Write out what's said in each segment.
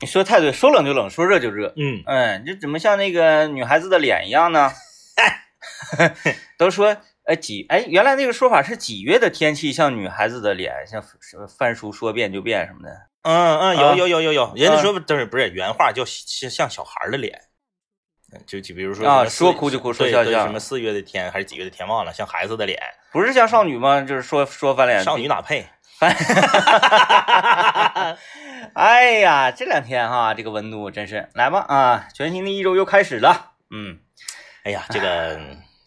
你说太对，说冷就冷，说热就热。嗯，嗯，这怎么像那个女孩子的脸一样 呢？都说呃几哎，原来那个说法是几月的天气像女孩子的脸，像什么番薯说变就变什么的。嗯嗯，啊有有有有有，人家说不是不是原话叫像像小孩儿的脸，嗯就就比如说啊什么四说哭就哭说对笑就对笑什么四月的天还是几月的天忘了，像孩子的脸，不是像少女吗？就是说说翻脸少女哪配？ 哎呀，这两天哈，这个温度真是来吧啊！全新的一周又开始了。嗯，哎呀，这个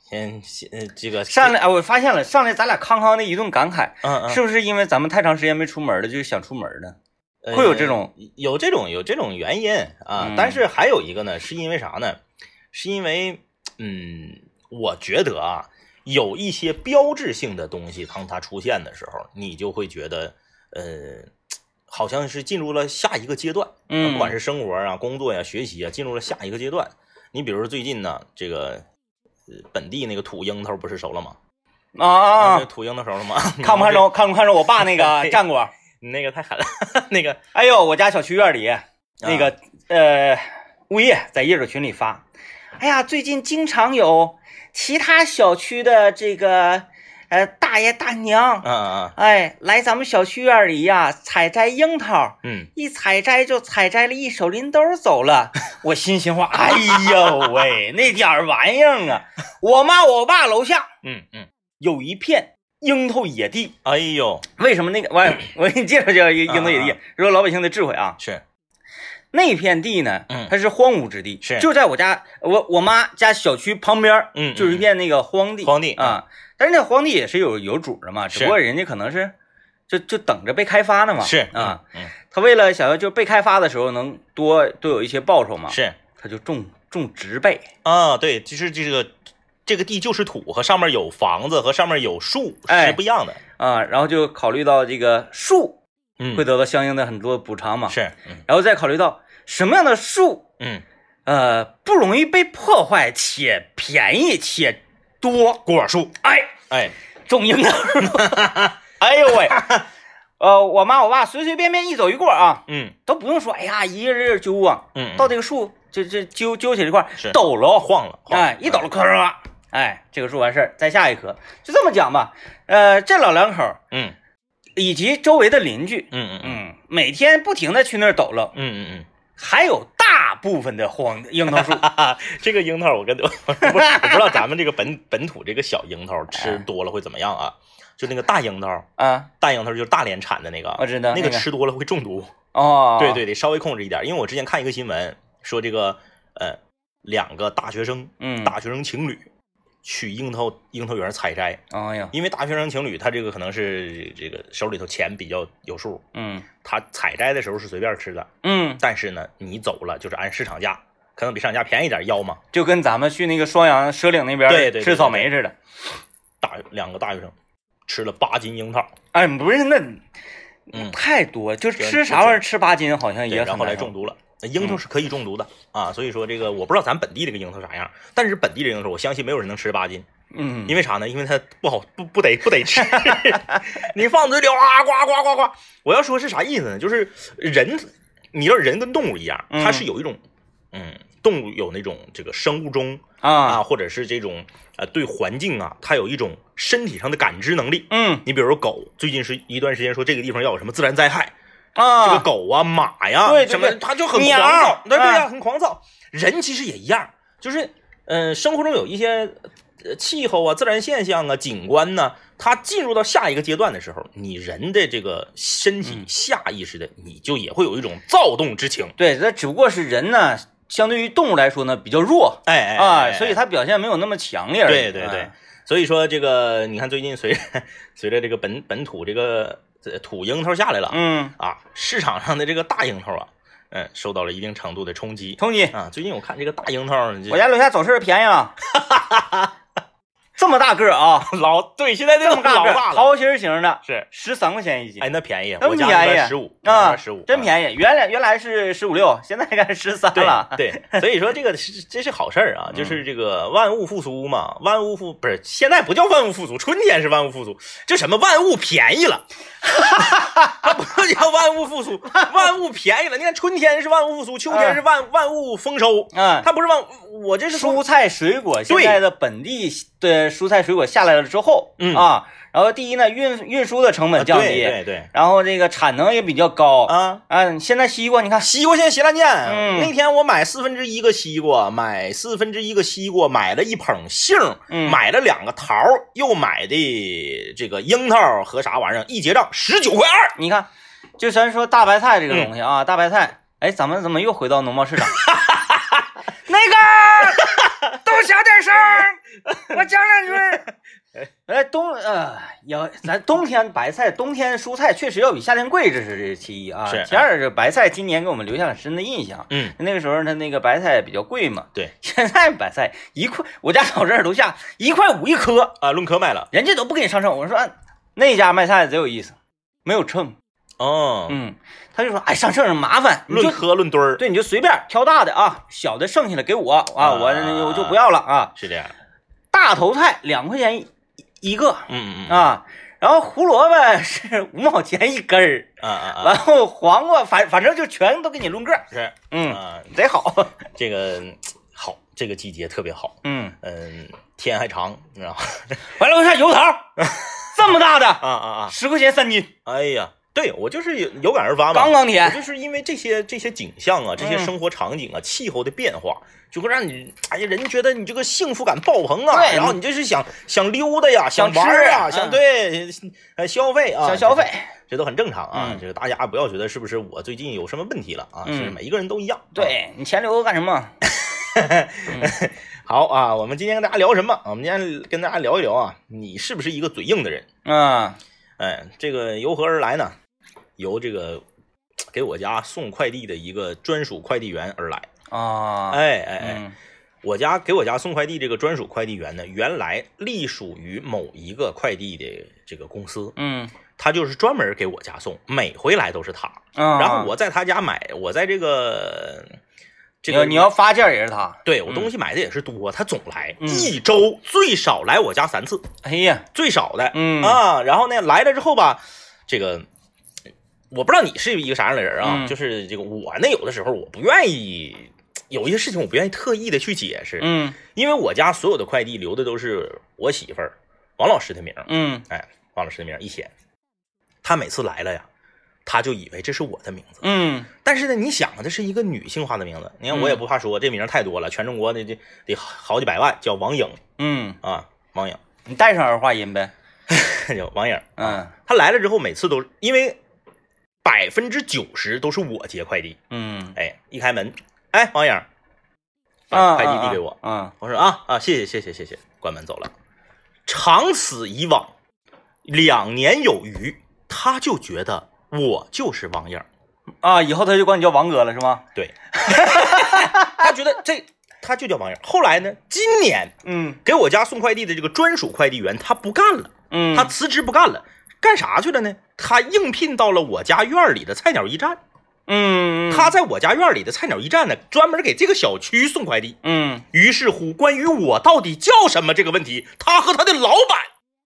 先先呃这个上来哎，我发现了，上来咱俩康康的一顿感慨，嗯嗯是不是因为咱们太长时间没出门了，就是想出门呢？呃会有这种有这种有这种原因啊、嗯但是还有一个呢，是因为啥呢？是因为嗯，我觉得啊，有一些标志性的东西，当它出现的时候，你就会觉得呃，好像是进入了下一个阶段，嗯不管是生活啊、工作呀、学习啊，进入了下一个阶段。你比如说最近呢，这个。呃本地那个土樱桃不是熟了吗？嗯啊啊！这啊土樱桃熟了吗？ 看不看着看不看着我爸那个战果？你那个太狠了， 那个哎呦，我家小区院里那个、呃，物业在业主群里发，哎呀，最近经常有其他小区的这个呃大爷大娘，啊啊啊，哎，来咱们小区院里呀、采摘樱桃，嗯，一采摘就采摘了一手拎兜儿走了。我心心话，哎呦喂，那点儿玩意儿啊！我妈我爸楼下嗯嗯，有一片樱桃野地，哎呦，为什么那个？ 我我给你介绍介绍樱啊桃野地，说老百姓的智慧啊。是，那片地呢嗯，它是荒芜之地，是就在我家我我妈家小区旁边儿，嗯就是一片那个荒地，荒地啊。但是那荒地也是有有主的嘛，只是不过人家可能是就就等着被开发呢嘛，是啊。，嗯他为了想要就被开发的时候能多多有一些报酬嘛嗯，是他就种种植被，啊，对，就是这个这个地就是土，和上面有房子和上面有树哎是不一样的，啊，然后就考虑到这个树嗯会得到相应的很多补偿嘛，是，嗯然后再考虑到什么样的树嗯，呃不容易被破坏且便宜且多，果树，哎。哎，种樱桃。 哎呦喂，呃，我妈我爸随随便便一走一过啊，嗯都不用说，哎呀，一个人揪啊，嗯，到底这个树就就揪揪起来一块儿是嗯抖了，晃了，晃了哎，一抖了，咔嚓啦，哎，这个树完事儿，再下一棵，就这么讲吧。呃，这老两口儿嗯以及周围的邻居，嗯嗯嗯嗯，每天不停的去那儿抖了，嗯嗯嗯。还有大部分的荒樱 桃树，哈哈，这个樱桃，我跟 我不我不知道咱们这个本本土这个小樱桃哎吃多了会怎么样啊？就那个大樱桃，啊，大樱桃就是大连产的那个，我哦知道那个那个吃多了会中毒。哦，对，对，得稍微控制一点儿。因为我之前看一个新闻，说这个呃，两个大学生，嗯，大学生情侣去樱桃樱桃园采摘，哎呀，因为大学生情侣他这个可能是这个手里头钱比较有数，嗯他采摘的时候是随便吃的，嗯，但是呢，你走了就是按市场价，可能比市场价便宜点儿，要嘛。就跟咱们去那个双阳蛇岭那边对对对吃草莓似的。大两个大学生吃了八斤樱桃，哎，不是那，嗯太多，就对吃啥玩意儿吃八斤，好像对也然很后来难受嗯中。毒了。那樱桃是可以中毒的、啊，所以说这个我不知道咱本地这个樱桃啥样，但是本地的樱桃我相信没有人能吃八斤。嗯，因为啥呢？因为它不好不不得不 得吃，你放嘴里哇呱呱呱呱。我要说是啥意思呢？就是人，你要人跟动物一样，嗯它是有一种，嗯，动物有那种这个生物钟啊，啊，或者是这种呃对环境啊，它有一种身体上的感知能力。嗯你比如说狗，最近是一段时间说这个地方要有什么自然灾害，这个啊，狗啊、马呀、对对什么对，它就很鸟狂躁，对对呀、嗯很狂躁。人其实也一样，就是呃，生活中有一些呃气候啊、自然现象啊、景观呢、它进入到下一个阶段的时候，你人的这个嗯身体下意识的，你就也会有一种躁动之情。对，这只不过是人呢，相对于动物来说呢比较弱哎哎啊，哎所以它表现没有那么强烈而已。对对对哎，，所以说这个你看，最近随着 随着这个本本土这个呃土樱桃下来了、嗯，啊，市场上的这个大樱桃啊，嗯，受到了一定程度的冲击。 同你，啊，最近我看这个大樱桃，这 我家楼下早市便宜了，这么大个儿啊，老对，现在这这种么大老个大儿，了，桃心儿型的，是，十三块钱一斤哎，。那便宜，那我家便宜十五啊，十五，真便宜。原来原来是十五六，现在该十三对了。对，所以说这个是这是好事儿啊，就是这个万物复苏嘛，万物复不是现在不叫万物复苏，春天是万物复苏，这什么万物便宜了， 它不叫万物复苏， 万物嗯便宜了。你看春天是万物复苏，秋天是万万物丰收，嗯，它不是万，我这是说蔬菜水果现在的本地的蔬菜水果下来了之后，嗯啊啊，然后第一呢，运运输的成本降低，对对对然后这个产能也比较高。啊。啊，现在西瓜你看，西瓜现在咸烂贱，嗯那天我买四分之一个西瓜，买四分之一个西瓜，买了一捧杏儿，嗯买了两个桃儿，又买的这个樱桃和啥玩意儿，一结账十九块二。你看，就咱说大白菜这个东嗯西啊，大白菜，哎，咱们怎么又回到农贸市场？ 那个， 都小点声儿，我讲两句。哎，冬呃，要咱冬天白菜，冬天蔬菜确实要比夏天贵，这是其一啊。是其二，这白菜今年给我们留下很深的印象。嗯，那个时候，它那个白菜比较贵嘛。对，现在白菜一块，我家小镇楼下一块五一颗，啊，论科卖了。人家都不给你上秤。我说啊那家卖菜贼有意思，没有秤，哦，嗯，他就说，哎，上秤上麻烦，你就论颗论墩儿，对，你就随便挑大的啊，小的剩下的给我啊，啊我我就不要了啊。是这样。大头菜两块钱一一个嗯嗯嗯啊，然后胡萝卜是五毛钱一根儿，啊啊啊，然后黄瓜反反正就全都给你论个儿，是嗯，啊，贼好，这个好，这个季节特别好。嗯，嗯，天还长，你知道吗？完了我看油桃， 这么大的，啊啊啊！十块钱三斤，哎呀，对我就是有有感而发嘛。刚刚我甜，就是因为这些这些景象啊，这些嗯生活场景啊，气候的变化，就会让你，哎呀，人觉得你这个幸福感爆棚啊，对然后你就是想想溜达呀，想玩儿啊，吃想嗯对，呃，消费啊，想消费，这，这都很正常啊。嗯这个大家不要觉得是不是我最近有什么问题了啊，嗯是每一个人都一样。，啊对你钱留着干什么？好啊，我们今天跟大家聊什么？啊我们今天跟大家聊一聊啊，你是不是一个嘴硬的人？嗯，哎，这个由何而来呢？由这个给我家送快递的一个专属快递员而来。啊，哎哎哎。嗯我家给我家送快递这个专属快递员呢，原来隶属于某一个快递的这个公司，嗯，他就是专门给我家送，每回来都是他。然然后我在他家买，我在这个这啊你要个你要发件儿也是他。对我东西买的也是多，他总来，嗯一周最少来我家三次，哎呀，最少的嗯啊。然后呢，来了之后吧，这个。我不知道你是一个啥样的人啊，嗯就是这个我呢，有的时候我不愿意，有一些事情我不愿意特意的去解释，嗯因为我家所有的快递留的都是我媳妇儿王老师的名儿，嗯哎，王老师的名儿一写，她每次来了呀，她就以为这是我的名字。嗯但是呢，你想啊，这是一个女性化的名字，你看我也不怕说，这名儿太多了，全中国的这得好几百万，叫王颖嗯，啊，王颖， 你带上儿化音呗。叫王颖。嗯她来了之后，每次都因为百分之九十都是我接快递，嗯，哎，一开门，哎，王颖，把啊快递递给我，。啊啊我说啊啊，谢谢谢谢谢谢，关门走了。长此以往，两年有余，他就觉得我就是王颖儿，啊，以后他就管你叫王哥了是吗？对， 他觉得这他就叫王颖儿。后来呢，今年嗯给我家送快递的这个专属快递员他不干了，嗯，他辞职不干了，干啥去了呢？他应聘到了我家院儿里的菜鸟驿站，嗯他在我家院儿里的菜鸟驿站呢，专门给这个小区送快递。嗯于是乎，关于我到底叫什么这个问题，他和他的老板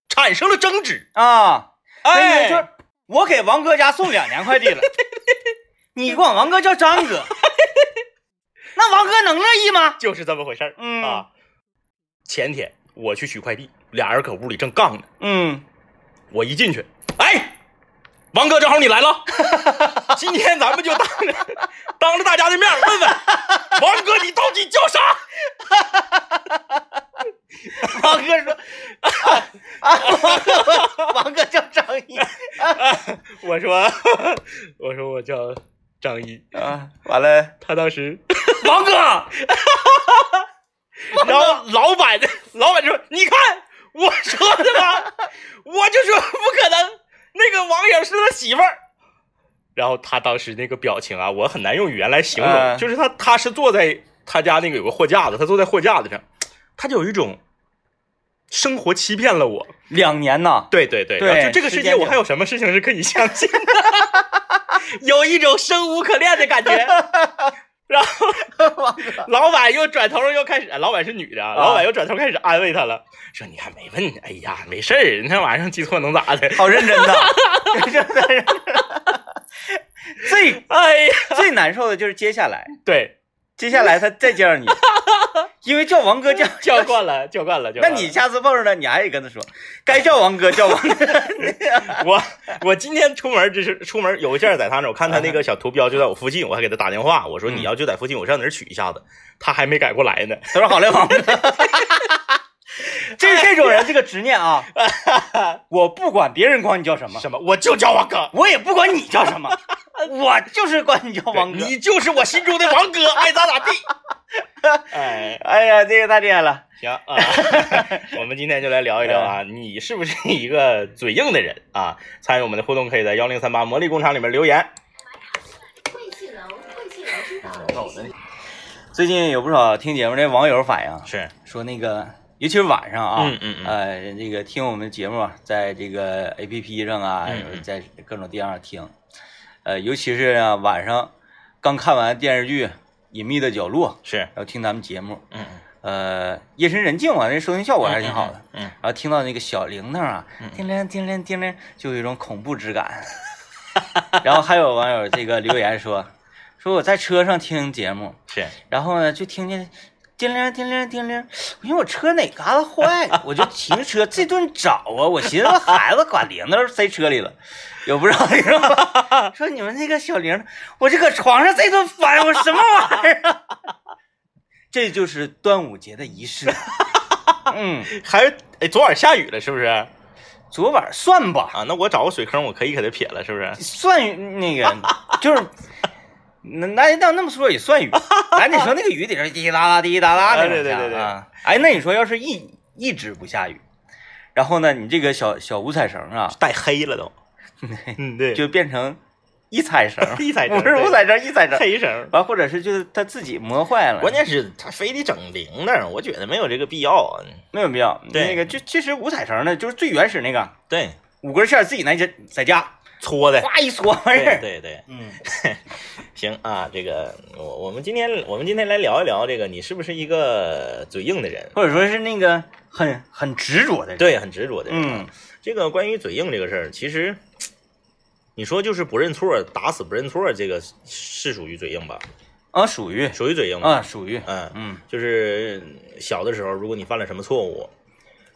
产生了争执。啊，那哎，你说我给王哥家送两年快递了，你管王哥叫张哥， 那王哥能乐意吗？就是这么回事儿、嗯啊。前天我去取快递，俩人搁屋里正杠呢，嗯我一进去，哎，王哥，正好你来了，今天咱们就当着 当着大家的面问问，王哥你到底叫啥？ 王哥说， 啊啊，王哥王哥叫张一我说，我说我叫张一。啊，完了。他当时，王哥， 然后老板的老板就说：“你看我说的吧，我就说不可能，那个网友是他媳妇儿。”然后他当时那个表情啊，我很难用语言来形容，嗯就是他他是坐在他家那个有个货架子，他坐在货架子上，他就有一种生活欺骗了我。两年呢，对对对，对然后就这个世时间界，久我还有什么事情是可以相信的？ 有一种生无可恋的感觉。然 后老板又转头又开始，老板是女的啊，啊老板又转头开始安慰她了，说你看没问题，哎呀，没事儿，那玩意儿记错能咋的？好认真 的，认真的。 最哎呀，最难受的就是接下来，对，接下来他再叫 上你，因为叫王哥叫，叫惯了，叫惯了，叫那惯了你下次碰上他，你还得跟他说，该叫王哥叫王哥。我我今天出门就是出门有个件儿在他那儿，我看他那个小图标就在我附近，我还给他打电话，我说嗯你要就在附近，我上哪儿取一下子？他还没改过来呢。他说好嘞，王哥。 哎这这种人这个执念 啊，我不管别人管你叫什么，什么？我就叫王哥，我也不管你叫 什么，我就是管你叫王哥对。你就是我心中的王 哥，爱咋咋地。哎，哎呀，这个太厉害了。行 啊，我们今天就来聊一聊啊，你是不是一个嘴硬的人啊？参与我们的互动，可以在幺零三八魔力工厂里面留言。贵气楼，贵气楼知道了。最近有不少听节目的网友反映是，说，那个尤其是晚上啊，嗯嗯嗯呃，那个听我们节目啊，在这个 A P P 上啊，嗯嗯在各种地方听，呃，尤其是、啊、晚上刚看完电视剧《隐秘的角落》，是，然后听咱们节目，嗯，呃，夜深人静嘛，那收听效果还是挺好的。嗯，然后听到那个小铃铛啊嗯，嗯叮铃叮铃叮铃，就有一种恐怖之感。 然后还有网友这个留言说，说我在车上听节目，是，然后呢就听见叮铃叮铃叮铃，我寻思我车哪嘎达坏了，我就骑着车这顿找啊，我寻思孩子把铃铛塞车里了，有不让铃吗？说你们那个小铃铛，我这搁床上这顿翻，我什么玩意儿啊？这就是端午节的仪式。嗯，还有，哎，昨晚下雨了，是不是？啊，昨晚算吧，那我找个水坑，我可以给它撇了，是不是？算那个 就是，那那那那么说也算雨，咱得说那个雨得是滴滴答答滴滴答答啊的、对对对对啊。哎，那你说要是一一直不下雨，然后呢，你这个小小五彩绳啊，带黑 了都。嗯，对，就变成一彩绳 ，一彩绳不是对五彩绳，一彩绳。黑绳。完，或者是就是它自己磨坏了，关键是他非得整铃铛，我觉得没有这个必要。啊嗯没有必要。对那个就其实五彩绳呢，就是最原始那个对，五根线自己拿家在家搓的。哗一搓完事对儿。对对，嗯，行啊，这个我我们今天我们今天来聊一聊这个，你是不是一个嘴硬的人？或者说是那个很很执着的人。对，很执着的人。嗯，这个关于嘴硬这个事儿，其实你说就是不认错，打死不认错，这个是属于嘴硬吧？啊，属于属于嘴硬吧？啊，属于，嗯，嗯就是小的时候，如果你犯了什么错误，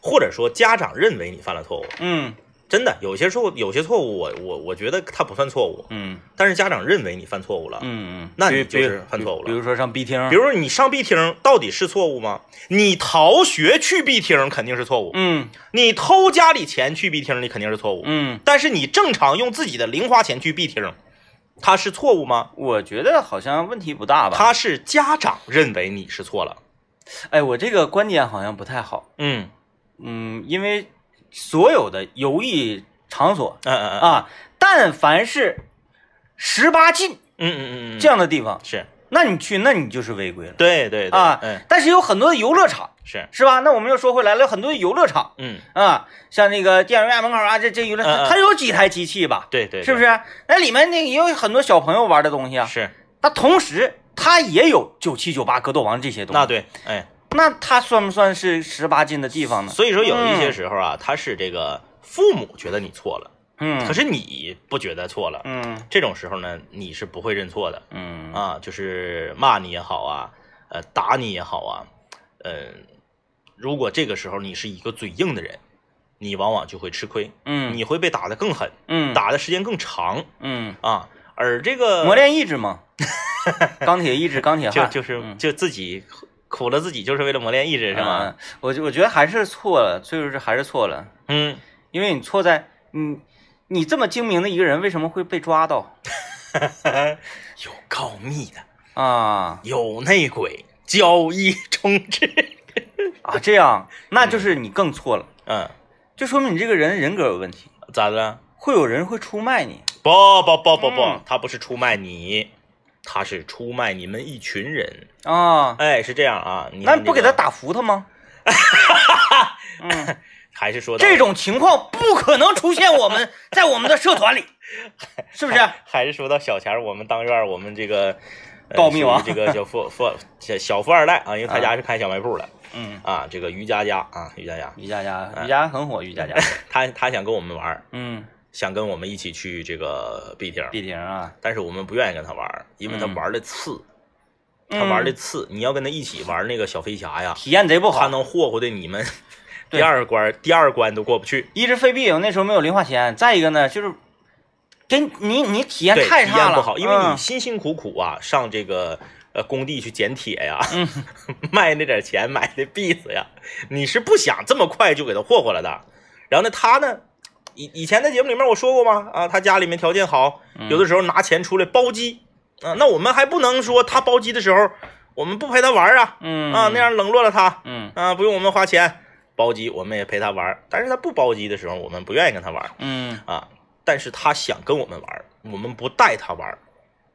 或者说家长认为你犯了错误，嗯真的有些错，有些错误我，我我觉得它不算错误，嗯但是家长认为你犯错误了。嗯嗯，啊那比你如就是犯错误了比如说上 B 厅，比如说你上 B 厅到底是错误吗？你逃学去 B 厅肯定是错误，嗯你偷家里钱去 B 厅你肯定是错误，嗯，但是你正常用自己的零花钱去 B 厅，它是错误吗？我觉得好像问题不大吧。它是家长认为你是错了。哎，我这个观点好像不太好，嗯嗯，因为所有的游艺场所嗯嗯嗯啊，但凡是十八禁嗯嗯嗯，这样的地方，是那你去那你就是违规了对对对啊嗯。但是有很多的游乐场是是吧？那我们又说回来了，有很多的游乐场嗯啊，像那个电影院门口啊，这这游乐嗯嗯场它有几台机器吧？对对，对是不？是？那里面那个也有很多小朋友玩的东西啊。是那同时，它也有九七九八格斗王这些东西。那对哎，那它算不算是十八禁的地方呢？所以说有一些嗯时候啊，他是这个父母觉得你错了，嗯，可是你不觉得错了，嗯这种时候呢，你是不会认错的嗯啊，就是骂你也好啊，呃，打你也好啊，呃，如果这个时候你是一个嘴硬的人，你往往就会吃亏，嗯你会被打得更狠，嗯打的时间更长嗯啊，而这个磨练意志 嘛，钢铁意志，钢铁就汉就是嗯就自己苦了自己，就是为了磨练意志，是吗？嗯我我觉得还是错了，就是还是错了，嗯，因为你错在你你这么精明的一个人，为什么会被抓到有告密的，啊有内鬼，交易充值，啊？这样，那就是你更错了， 嗯，就说明你这个人人格有问题，咋的了？会有人会出卖你。不不不不不嗯，他不是出卖你，他是出卖你们一群人。啊，哎，是这样啊，你那看这不给个他，打服他吗？嗯，还是说到这种情况不可能出现我们在我们的社 团里，是不是？还是说到小钱儿，我们当院儿，我们这个、呃告密王属于这个小富富小小富二代啊，因为他家是开小卖部的嗯，啊，这个于佳佳啊，于佳佳，瑜伽家，瑜伽很火，瑜伽家，他他想跟我们玩儿，嗯，想跟我们一起去这个 B 厅，必定啊，但是我们不愿意跟他玩儿，因为他嗯玩的次，他玩的嗯次，你要跟他一起玩那个小飞侠呀，体验贼不他好，能霍霍的你们对第二关第二关都过不去，一是费币，我那时候没有零花钱，再一个呢就是给你你你体验对，太体差验了，不好，因为你嗯辛辛苦苦啊上这个呃工地去捡铁呀，嗯 卖那点钱买的币子呀，你是不想这么快就给他霍霍了的。然后呢，他呢，以以前在节目里面我说过吗？啊，他家里面条件好，嗯有的时候拿钱出来包机啊，那我们还不能说他包机的时候我们不陪他玩啊嗯啊，那样冷落了他嗯啊，不用我们花钱包机，我们也陪他玩。但是他不包机的时候，我们不愿意跟他玩。嗯啊，但是他想跟我们玩儿，我们不带他玩儿，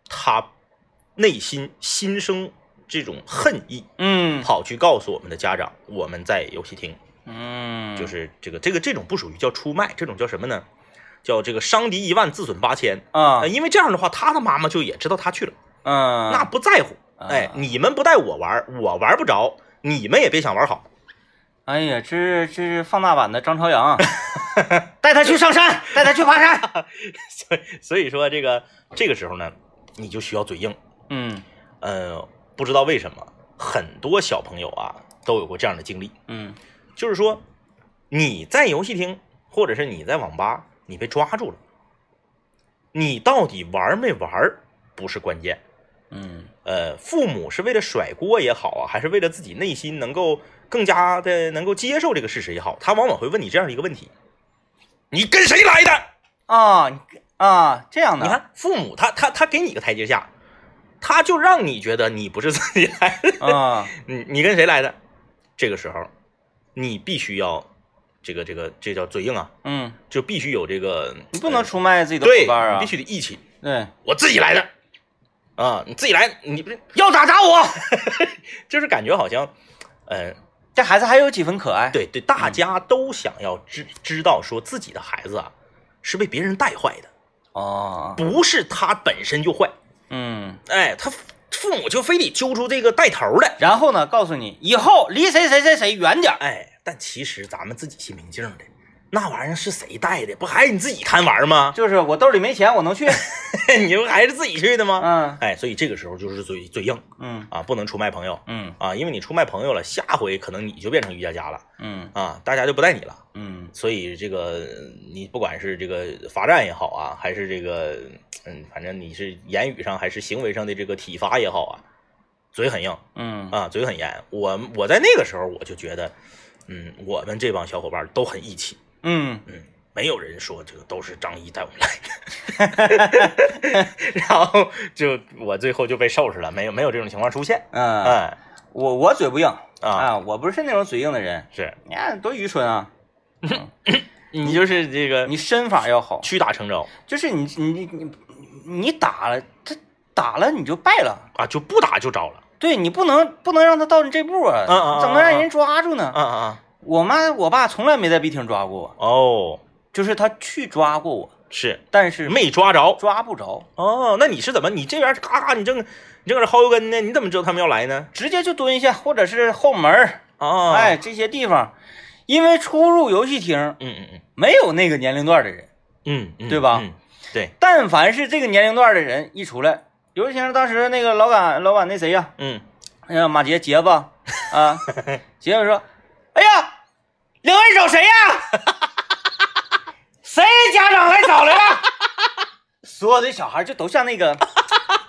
他内心心生这种恨意，嗯跑去告诉我们的家长，我们在游戏厅，嗯，就是这个这个这种不属于叫出卖，这种叫什么呢？叫这个伤敌一万，自损八千。啊呃因为这样的话，他的妈妈就也知道他去了，嗯，那不在乎。啊哎，你们不带我玩儿，我玩不着，你们也别想玩好。 哎呀，这是这是放大版的张朝 阳，带他去上山，带他去爬山。所以所以说，这个这个时候呢，你就需要嘴硬。嗯呃，不知道为什么，很多小朋友啊都有过这样的经历，嗯就是说你在游戏厅或者是你在网吧，你被抓住了，你到底玩没玩儿不是关键，嗯呃，父母是为了甩锅也好啊，还是为了自己内心能够更加的能够接受这个事实也好，他往往会问你这样的一个问题：你跟谁来的？啊你啊，这样的，你，看父母他他他给你一个台阶下，他就让你觉得你不是自己来的。啊，你你跟谁来的？这个时候，你必须要这个这个这叫嘴硬啊，嗯，就必须有这个，你不能出卖自己的对，伙伴啊，你必须得义气，对，我自己来的啊，你自己来，你不是要打打我。 就是感觉好像，呃，这孩子还有几分可爱，，对对，大家都想要知知道说自己的孩子啊是被别人带坏的，哦，不是他本身就坏，嗯，哎，他父母就非得揪出这个带头的，然后呢，告诉你以后离谁谁谁谁远点儿，哎，但其实咱们自己心明镜的，那玩意儿是谁带的？不还是你自己贪玩吗？ 就是我兜里没钱，我能去，你不还是自己去的吗？嗯哎，所以这个时候就是最最硬嗯啊，不能出卖朋友嗯啊，因为你出卖朋友了，下回可能你就变成于佳佳了嗯啊，大家就不带你了。嗯所以这个你不管是这个罚站也好啊，还是这个嗯，反正你是言语上还是行为上的这个体罚也好啊，嘴很硬，嗯啊，嘴很严。我我在那个时候我就觉得，嗯，我们这帮小伙伴都很义气，嗯，嗯，没有人说这个都是张一带我们来的， 然后就我最后就被收拾了，没有没有这种情况出现，嗯，哎、我我嘴不硬啊，啊，我不是那种嘴硬的人，是你看多愚蠢啊！你就是这个你身法要好，屈打成招就是你你你你打了他打了你就败了，啊，就不打就招了，对你不能不能让他到你这步啊，嗯嗯嗯怎么能让人抓住呢？啊啊啊，我妈我爸从来没在 B 厅抓过我，哦，就是他去抓过我，是但是没抓着抓不着，哦，那你是怎么？你这边咔咔，你正你正搁这薅油根呢，你怎么知道他们要来呢？直接就蹲下或者是后门儿，啊，哎，这些地方，因为出入游戏厅嗯，嗯嗯没有那个年龄段的人，嗯嗯，对吧嗯，对，但凡是这个年龄段的人一出来，游戏厅当时那个老板老板那谁呀、嗯，哎呀，马杰杰子啊， 杰子说：“哎呀，两位找谁 呀？谁家长来找来了？”所有的小孩就都像那 个《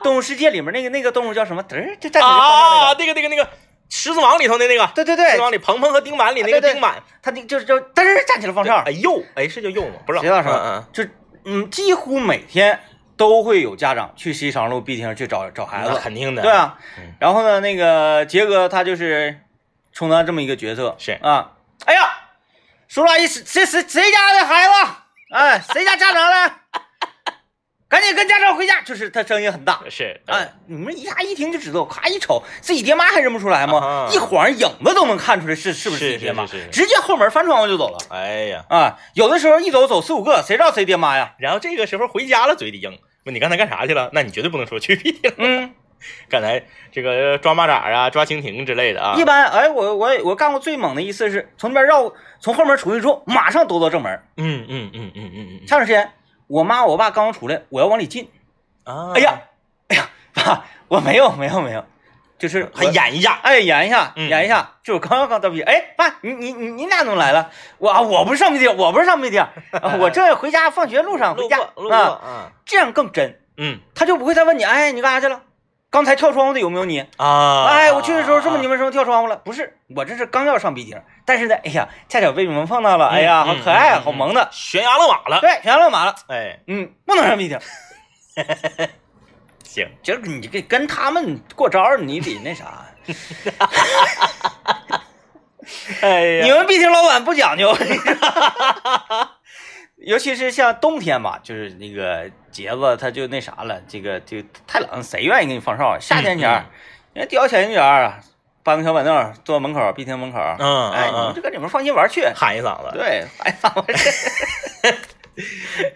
动物世界》里面那个那个动物叫什么？嘚儿就站起来啊，那个。那个那个那个《狮子王》里头的那个，对对《狮子王对，》里鹏鹏和丁满里啊那对个对丁满，他那就是就嘚儿站起来放哨哎，右，哎是叫右吗？不知道，谁叫什嗯么嗯？就嗯，几乎每天都会有家长去西长路 B 厅去找找孩那子。肯定的，对，啊嗯，然后呢，那个杰哥他就是充当这么一个角色，是啊，哎呀，叔叔阿姨，谁谁谁谁家的孩子？哎，谁家家长来？ 赶紧跟家长回家，就是他声音很大。是，嗯啊，你们一下一听就知道，咔一瞅，自己爹妈还认不出来吗啊？一晃影子都能看出来是是不是自己是爹妈是是是，直接后门翻窗户就走了。哎呀，啊，有的时候一走走四五个，谁知道谁爹妈 呀？然后这个时候回家了，嘴里硬。问你刚才干啥去了？那你绝对不能说去屁了。嗯，刚才这个抓蚂蚱啊，抓蜻蜓之类的啊一，般，哎，我我我干过最猛的一次是从那边绕，从后门出去之后，马上兜到正门。嗯嗯嗯嗯嗯嗯前段时间，我妈我爸刚出来，我要往里进，嗯啊！哎呀，哎呀，爸，我没有没有没有，就是还演一下，哎，演一下，嗯演一下，就我刚刚刚到毕业，哎，爸，你你你你俩怎么来了？我啊我不是上媒体，我不是上媒 体，啊我正回家放学路上回路家过路过啊，啊，这样更真，嗯他就不会再问你，哎，你干啥去了？刚才跳窗户的有没有你？啊，哎，我去的时候是不是你们们什么跳窗户了？不是，我这是刚要上 B 厅，但是呢，哎呀，恰巧被你们碰到了，哎呀，嗯好嗯可爱，嗯好萌的，悬崖勒马了？对，全乱麻了，哎，嗯，不能上 B 厅，行，就是你这跟他们过招儿，你得那啥，哎 呀，你们 B 厅老板不讲究， 尤其是像冬天吧，就是那个节子，它就那啥了，这个就太冷，谁愿意给你放哨啊？夏天前儿嗯，人家雕小人园儿啊，搬个小板凳儿坐门口儿，B 厅门口儿，嗯哎，你嗯们就搁里面放心玩儿去。喊一嗓子，对，哎呀，我这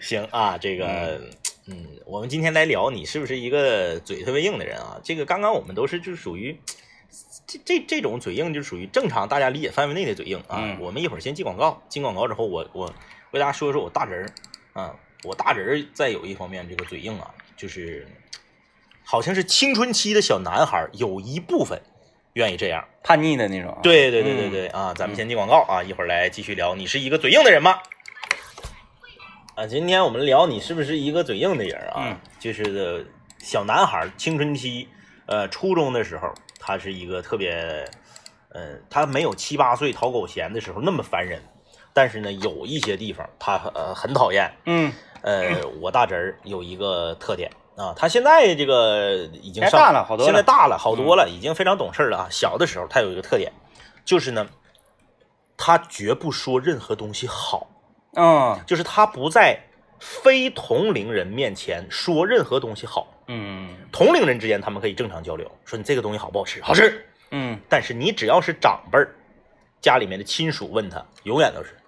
行啊，这个，嗯，我们今天来聊你是不是一个嘴特别硬的人啊？这个刚刚我们都是就属于这这这种嘴硬，就属于正常大家理解范围内的嘴硬啊。嗯我们一会儿先进广告，进广告之后我，我为大家说说我大侄儿啊，我大侄儿在有一方面这个嘴硬啊，就是好像是青春期的小男孩儿有一部分愿意这样。 叛逆的那种啊。嗯对对对对对、啊！咱们先进广告啊，一会儿来继续聊。你是一个嘴硬的人吗？啊，今天我们聊你是不是一个嘴硬的人啊？嗯就是小男孩儿青春期，呃，初中的时候，他是一个特别，嗯、他没有七八岁讨狗嫌的时候那么烦人，但是呢，有一些地方他呃很讨厌。嗯， 呃，我大侄儿有一个特点啊，他现在这个已经哎上大了好嗯多了现在大了好多了，已经非常懂事儿了啊。小的时候他有一个特点，就是呢，他绝不说任何东西好，嗯就是他不在非同龄人面前说任何东西好。嗯同龄人之间他们可以正常交流，说你这个东西好不好吃，好吃。嗯，但是你只要是长辈儿，家里面的亲属问他，永远都是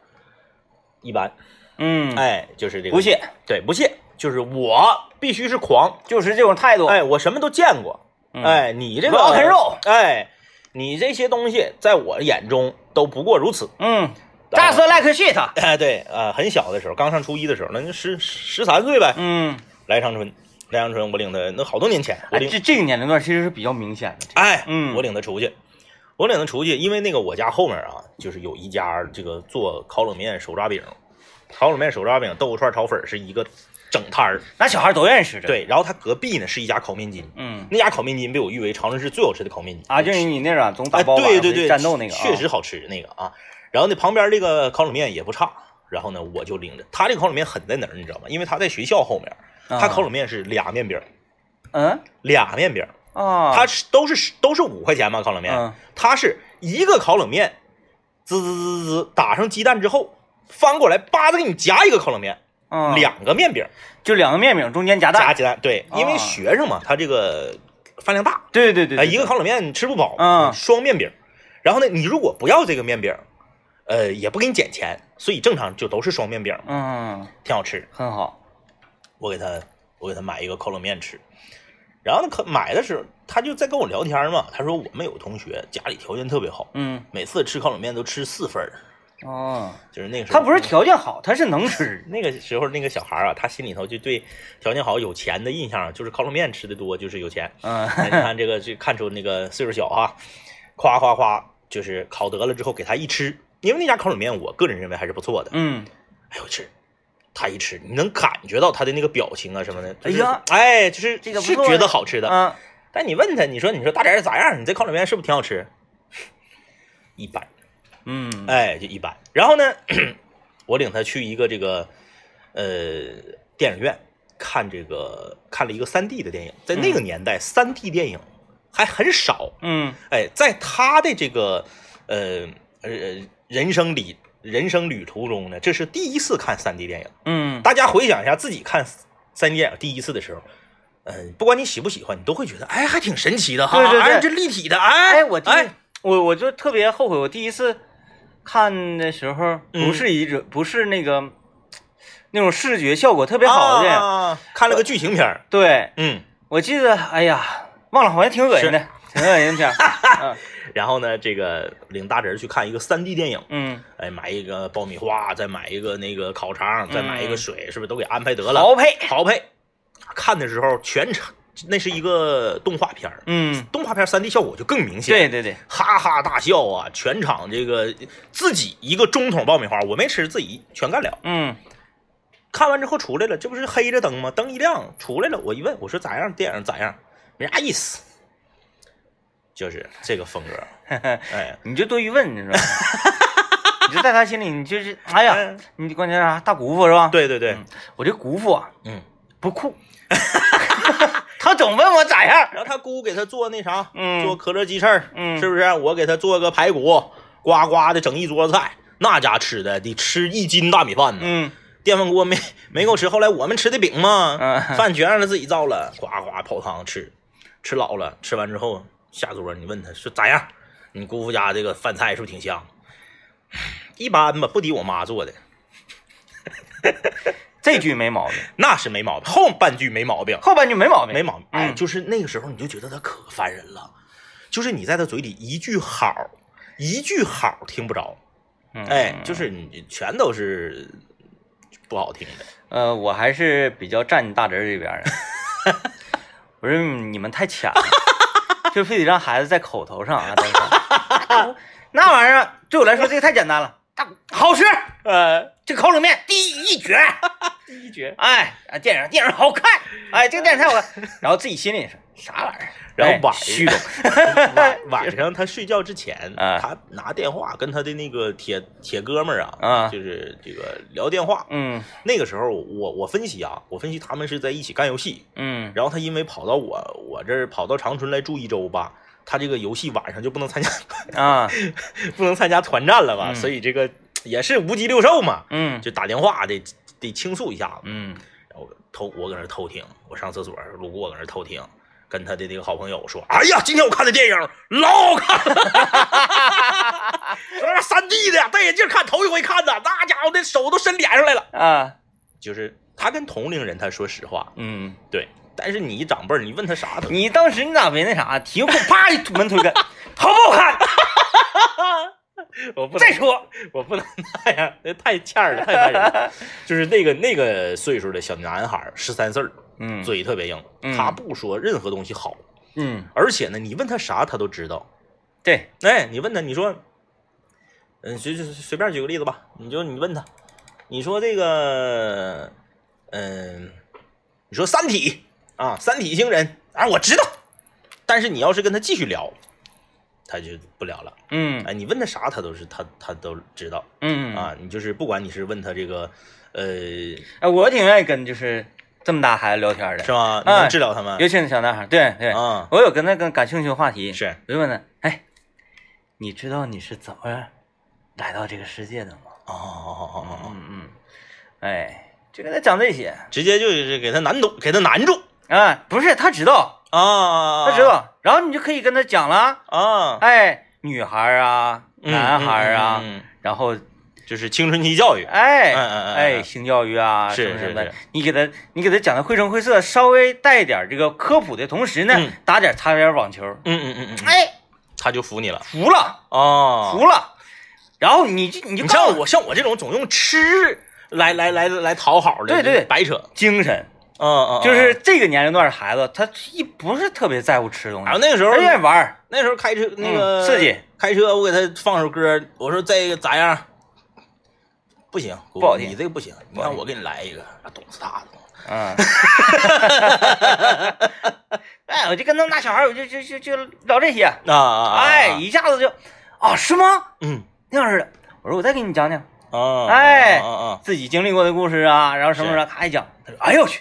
一般，嗯，，哎，就是这个不屑，对，不屑，就是我必须是狂，就是这种态度。哎，我什么都见过，嗯，哎，你这个老啃肉，哎，你这些东西在我眼中都不过如此。嗯，just like shit。哎，对，啊、很小的时候，刚上初一的时候，那就十十三岁呗，嗯，来长春，来长春，我领他，那好多年前，我哎领，这这个年龄段其实是比较明显的。哎，嗯我领他出去，我领他出去，因为那个我家后面啊，就是有一家这个做烤冷面、手抓饼，烤冷面、手抓饼、豆腐串、炒粉是一个整摊儿，那小孩都认识的。，对，然后他隔壁呢是一家烤面筋，嗯，那家烤面筋被我誉为长春市最好吃的烤面筋啊，就是你那种总打哎，包晚对上对回去对，战斗那个啊，确实好吃那个啊。然后呢，旁边这个烤冷面也不差。然后呢，我就领着他这个烤冷面狠在哪儿，你知道吗？因为他在学校后面，啊，他烤冷面是俩面饼儿，嗯俩面饼儿，啊，他是都是都是五块钱嘛烤冷面嗯，他是一个烤冷面，滋滋滋滋滋打上鸡蛋之后，翻过来叭子给你夹一个烤冷面，嗯两个面饼儿就两个面饼中间夹夹蛋。鸡蛋，对，因为啊学生嘛，他这个饭量大，对对对啊，对，一个烤冷面吃不饱，嗯双面饼。然后呢，你如果不要这个面饼，呃，也不给你减钱，所以正常就都是双面饼，嗯，挺好吃。很好。我给他，我给他买一个烤冷面吃。然后呢，可买的时候他就在跟我聊天嘛，他说我们有同学家里条件特别好，嗯每次吃烤冷面都吃四份儿，哦，就是嗯那个时候他不是条件好，他是能吃。那个时候那个小孩儿啊，他心里头就对条件好、有钱的印象啊就是烤冷面吃的多就是有钱。嗯 哎你看这个，这看出那个岁数小啊，夸夸夸，就是烤得了之后给他一吃，因为那家烤冷面，我个人认为还是不错的。嗯，哎呦我吃，他一吃，你能感觉到他的那个表情啊什么的。就是、哎呀，哎，就是这个不是错觉得呀好吃的。嗯但你问他，你说你说大侄儿咋样？你这烤冷面是不是挺好吃？一般，嗯哎，就一般。然后呢， 我领他去一个这个呃电影院看这个看了一个三 D 的电影，在那个年代，三 D 电影还很少。嗯哎，在他的这个呃呃人生里人生旅途中呢，这是第一次看三 D 电影。嗯，大家回想一下自己看三 D 电影第一次的时候，嗯、不管你喜不喜欢，你都会觉得，哎，还挺神奇的哈，对对对哎，这立体的，哎，哎，我第一哎，我我就特别后悔，我第一次看的时候嗯不是一种、不是那个那种视觉效果特别好的，啊看了个剧情片儿对嗯，我记得，哎呀，忘了，好像挺恶心的，挺恶心的片儿，然后呢，这个领大侄儿去看一个三 D 电影，嗯，哎，买一个爆米花，再买一个那个烤肠，再买一个水，是不是都给安排得了？嗯好配，好配。看的时候全程那是一个动画片儿，嗯，动画片三 D 效果就更明显。对对对，哈哈大笑啊！全场这个自己一个中桶爆米花，我没吃，自己全干了。嗯看完之后出来了，这不是黑着灯吗？灯一亮出来了，我一问，我说咋样？电影咋样？没啥意思，就是这个风格。 哎，你就多余问，你知道吗？你就在他心里，你就是，哎呀，你关键是啥？大姑父是吧？，对对对，我这姑父啊嗯。不酷， 他总问我咋样，然后他姑给他做那啥，嗯做可乐鸡翅儿，嗯是不是？我给他做个排骨，呱呱的整一桌菜，那家吃的得吃一斤大米饭呢。嗯电饭锅没没够吃，后来我们吃的饼嘛，嗯饭全让他自己造了，呱呱泡汤吃，吃老了，吃完之后下桌你问他说咋样？你姑父家这个饭菜是不是挺香？一般吧，不敌我妈做的，这句没毛病，那是没毛病。后半句没毛病，后半句没毛病，没毛病。哎，嗯就是那个时候你就觉得他可烦人了，就是你在他嘴里一句好，一句好听不着，嗯哎，就是你全都是不好听的。呃，我还是比较站你大侄儿这边 儿的。我说你们太浅了，就非得让孩子在口头上 啊。等一下那玩意儿啊对我来说这个太简单了，大好吃，呃，这烤冷面第一 绝。一绝。哎，啊，电影电影好看，哎，这个电影太 好看。然后自己心里是啥玩意儿，然后哎晚虚荣，晚晚上他睡觉之前，啊他拿电话跟他的那个铁铁哥们儿啊，啊就是这个聊电话。嗯那个时候我我分析啊，我分析他们是在一起干游戏，嗯，然后他因为跑到我我这儿跑到长春来住一周吧，他这个游戏晚上就不能参加啊，不能参加团战了吧？嗯所以这个也是无鸡六兽嘛，嗯就打电话得得倾诉一下子。嗯然后偷我搁那偷听，我上厕所路过搁那偷听，跟他的那个好朋友说：“哎呀，今天我看的电影老好看了，说那三 D 的戴眼镜看，头一回看的，那家伙那手都伸脸上来了。啊就是他跟同龄人，他说实话，嗯，对。但是你一长辈儿，你问他啥 他你当时你咋没那啥？提个裤啪一门推开， 好不好看？我不能再说，我不能那样，那太欠儿了，太烦人了。 就是那个那个岁数的小男孩儿，十三岁儿，嗯嘴特别硬，嗯他不说任何东西好，嗯，而且呢，你问他啥他都知道。对，哎，你问他，你说，嗯，随随随便举个例子吧，你就你问他，你说这个，嗯、你说《三体》啊，《三体》星人啊，我知道，但是你要是跟他继续聊，他就不聊了。嗯哎，你问他啥，他都是他他都知道。嗯，啊，你就是不管你是问他这个，呃，哎，我挺愿意跟就是这么大孩子聊天的，是吧？你能哎治疗他们尤其是小男孩，对对，啊？我有跟他跟感兴趣的话题，是，我就问他，哎，你知道你是怎么来到这个世界的吗？哦哦哦哦哦，嗯嗯，哎，就跟他讲这些直接就是给他难住，给他难住啊，不是他知道，啊，他知道，然后你就可以跟他讲了，啊，哎，女孩儿啊，嗯男孩儿啊，嗯嗯嗯然后嗯就是青春期教育，哎嗯嗯嗯哎，嗯性教育啊，是什么什么是的是，你给他你给他讲的绘声绘色，稍微带一点这个科普的同时呢嗯，打点擦边网球，嗯嗯嗯嗯嗯，哎，他就服你了服了啊。服了，啊然后你就你就告你像诉我像我这种总用吃来来来来讨好的，对对白扯，精神，嗯嗯，嗯就是。这个年龄段的孩子，他一不是特别在乎吃东然后西，啊那个时候他，愿意玩 儿，那时候开车那个嗯刺激，开车我给他放首歌，我说这个咋样？不行，不好听你这个不行，你不好看听我给你来一个，啊懂死他了。 嗯，哎，我就跟那么大小孩儿，我就就就就聊这些，啊啊啊！哎，一下子就啊是吗？嗯那样似的，我说我再给你讲讲。啊，哎啊啊，自己经历过的故事啊，然后什么什么，咔一讲，他说：“哎呦我去！”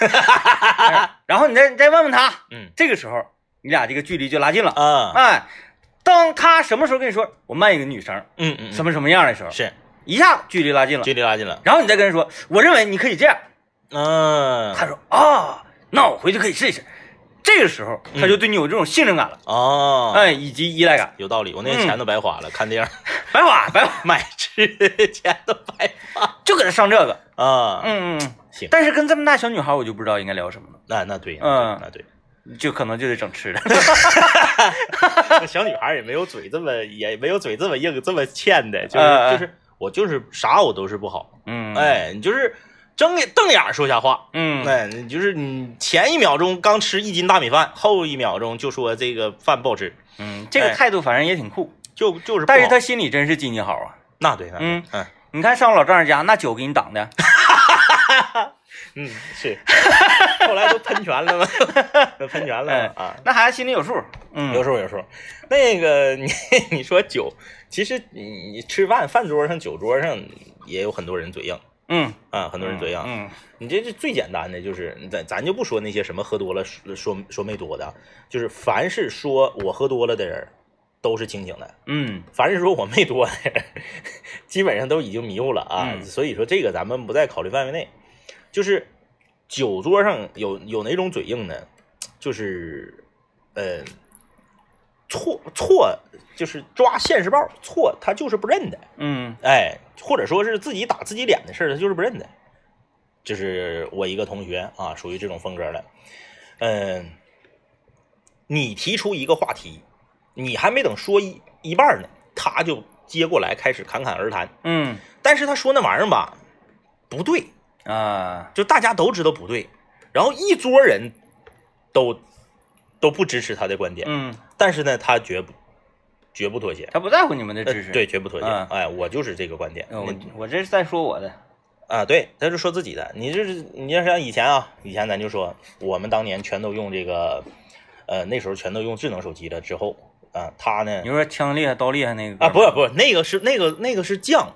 然后你再你再问问他，嗯这个时候你俩这个距离就拉近了。啊，哎，当他什么时候跟你说我卖一个女生嗯嗯，什么么什么样的时候，是一下距离拉近了。距离拉近了？然后你再跟人说，我认为你可以这样，嗯，他说啊，那我回去可以试一试。这个时候嗯他就对你有这种信任感了，哦，哎，嗯以及依赖感。有道理，我那些钱都白花了，看电影儿 白花白花，买吃的钱都白花就搁这上这个，啊。嗯嗯嗯，行但是跟这么大小女孩，我就不知道应该聊什么了，那那对，嗯那对，就可能就得整吃的。 那对小女孩儿也没有嘴这么，也没有嘴这么硬，这么欠的，就是嗯嗯就是，我就是啥我都是不好，嗯，，哎，你就是睁眼瞪眼儿说瞎话，嗯，哎，你就是你前一秒钟刚吃一斤大米饭，后一秒钟就说这个饭不好吃，嗯，这个哎态度反正也挺酷，就就是不好，但是他心里真是基你好啊。那对，那对嗯嗯你看上我老丈人家那酒给你挡 的，嗯是， 后来都喷泉了吗？ 都喷泉了啊。那孩子心里有数。哎嗯，有，数有数。那个你 你说酒，其实你你吃饭饭桌上酒桌上也有很多人嘴硬嗯，啊，很多人嘴硬。嗯，你这是最简单的，就是咱咱就不说那些什么喝多了说说说没多的，就是凡是说我喝多了的人，都是清醒的；嗯，凡是说我没多的人，基本上都已经迷糊了啊。嗯所以说这个咱们不在考虑范围内。就是酒桌上有有哪种嘴硬呢？就是呃错错，就是抓现实报错，他就是不认的，嗯，哎，或者说是自己打自己脸的事儿，他就是不认的。这是我一个同学啊，属于这种风格的。嗯，你提出一个话题，你还没等说一一半儿呢，他就接过来开始侃侃而谈。嗯，但是他说那玩意儿吧，不对，啊，就大家都知道不对，然后一桌人都都不支持他的观点，嗯，但是呢，他绝不绝不妥协，他不在乎你们的呃知识。对，，绝不妥协。嗯哎，我就是这个观点。嗯我你我这是在说我的。啊，对，他就说自己的。你就是你要像以前啊，以前咱就说我们当年全都用这个，呃，那时候全都用智能手机了之后啊，他呢你。说枪厉害，刀厉害那个啊，不是是，不是，那个是那个那个是犟，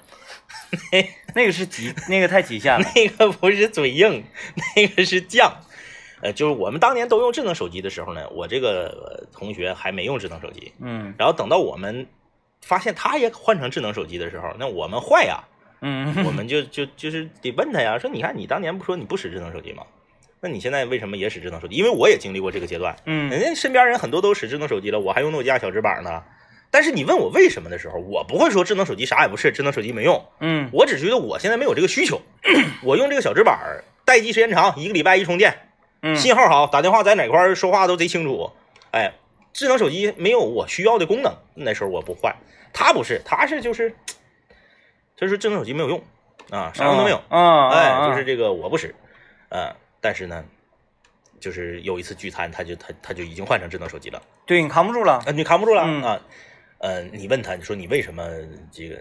那个是极，那个太极限了。 那个不是嘴硬， 那个是犟。呃，就是我们当年都用智能手机的时候呢，我这个呃同学还没用智能手机。嗯然后等到我们发现他也换成智能手机的时候，那我们坏啊呀，嗯我们就就就是得问他呀，说你看你当年不说你不使智能手机吗？那你现在为什么也使智能手机？因为我也经历过这个阶段，人嗯家身边人很多都使智能手机了，我还用诺基亚小直板呢。但是你问我为什么的时候，我不会说智能手机啥也不是，智能手机没用，嗯我只觉得我现在没有这个需求， 我用这个小直板儿待机时间长，一个礼拜一充电，嗯，信号好，打电话在哪块儿说话都贼清楚。哎，智能手机没有我需要的功能，那时候我不换。他不是，他是就是，就是智能手机没有用啊，啥用都没有。啊，哎，就是这个我不使，呃，但是呢，就是有一次聚餐，他就他他就已经换成智能手机了，对你扛不住了啊、。你扛不住了、嗯啊。呃，你问他，你说你为什么这个？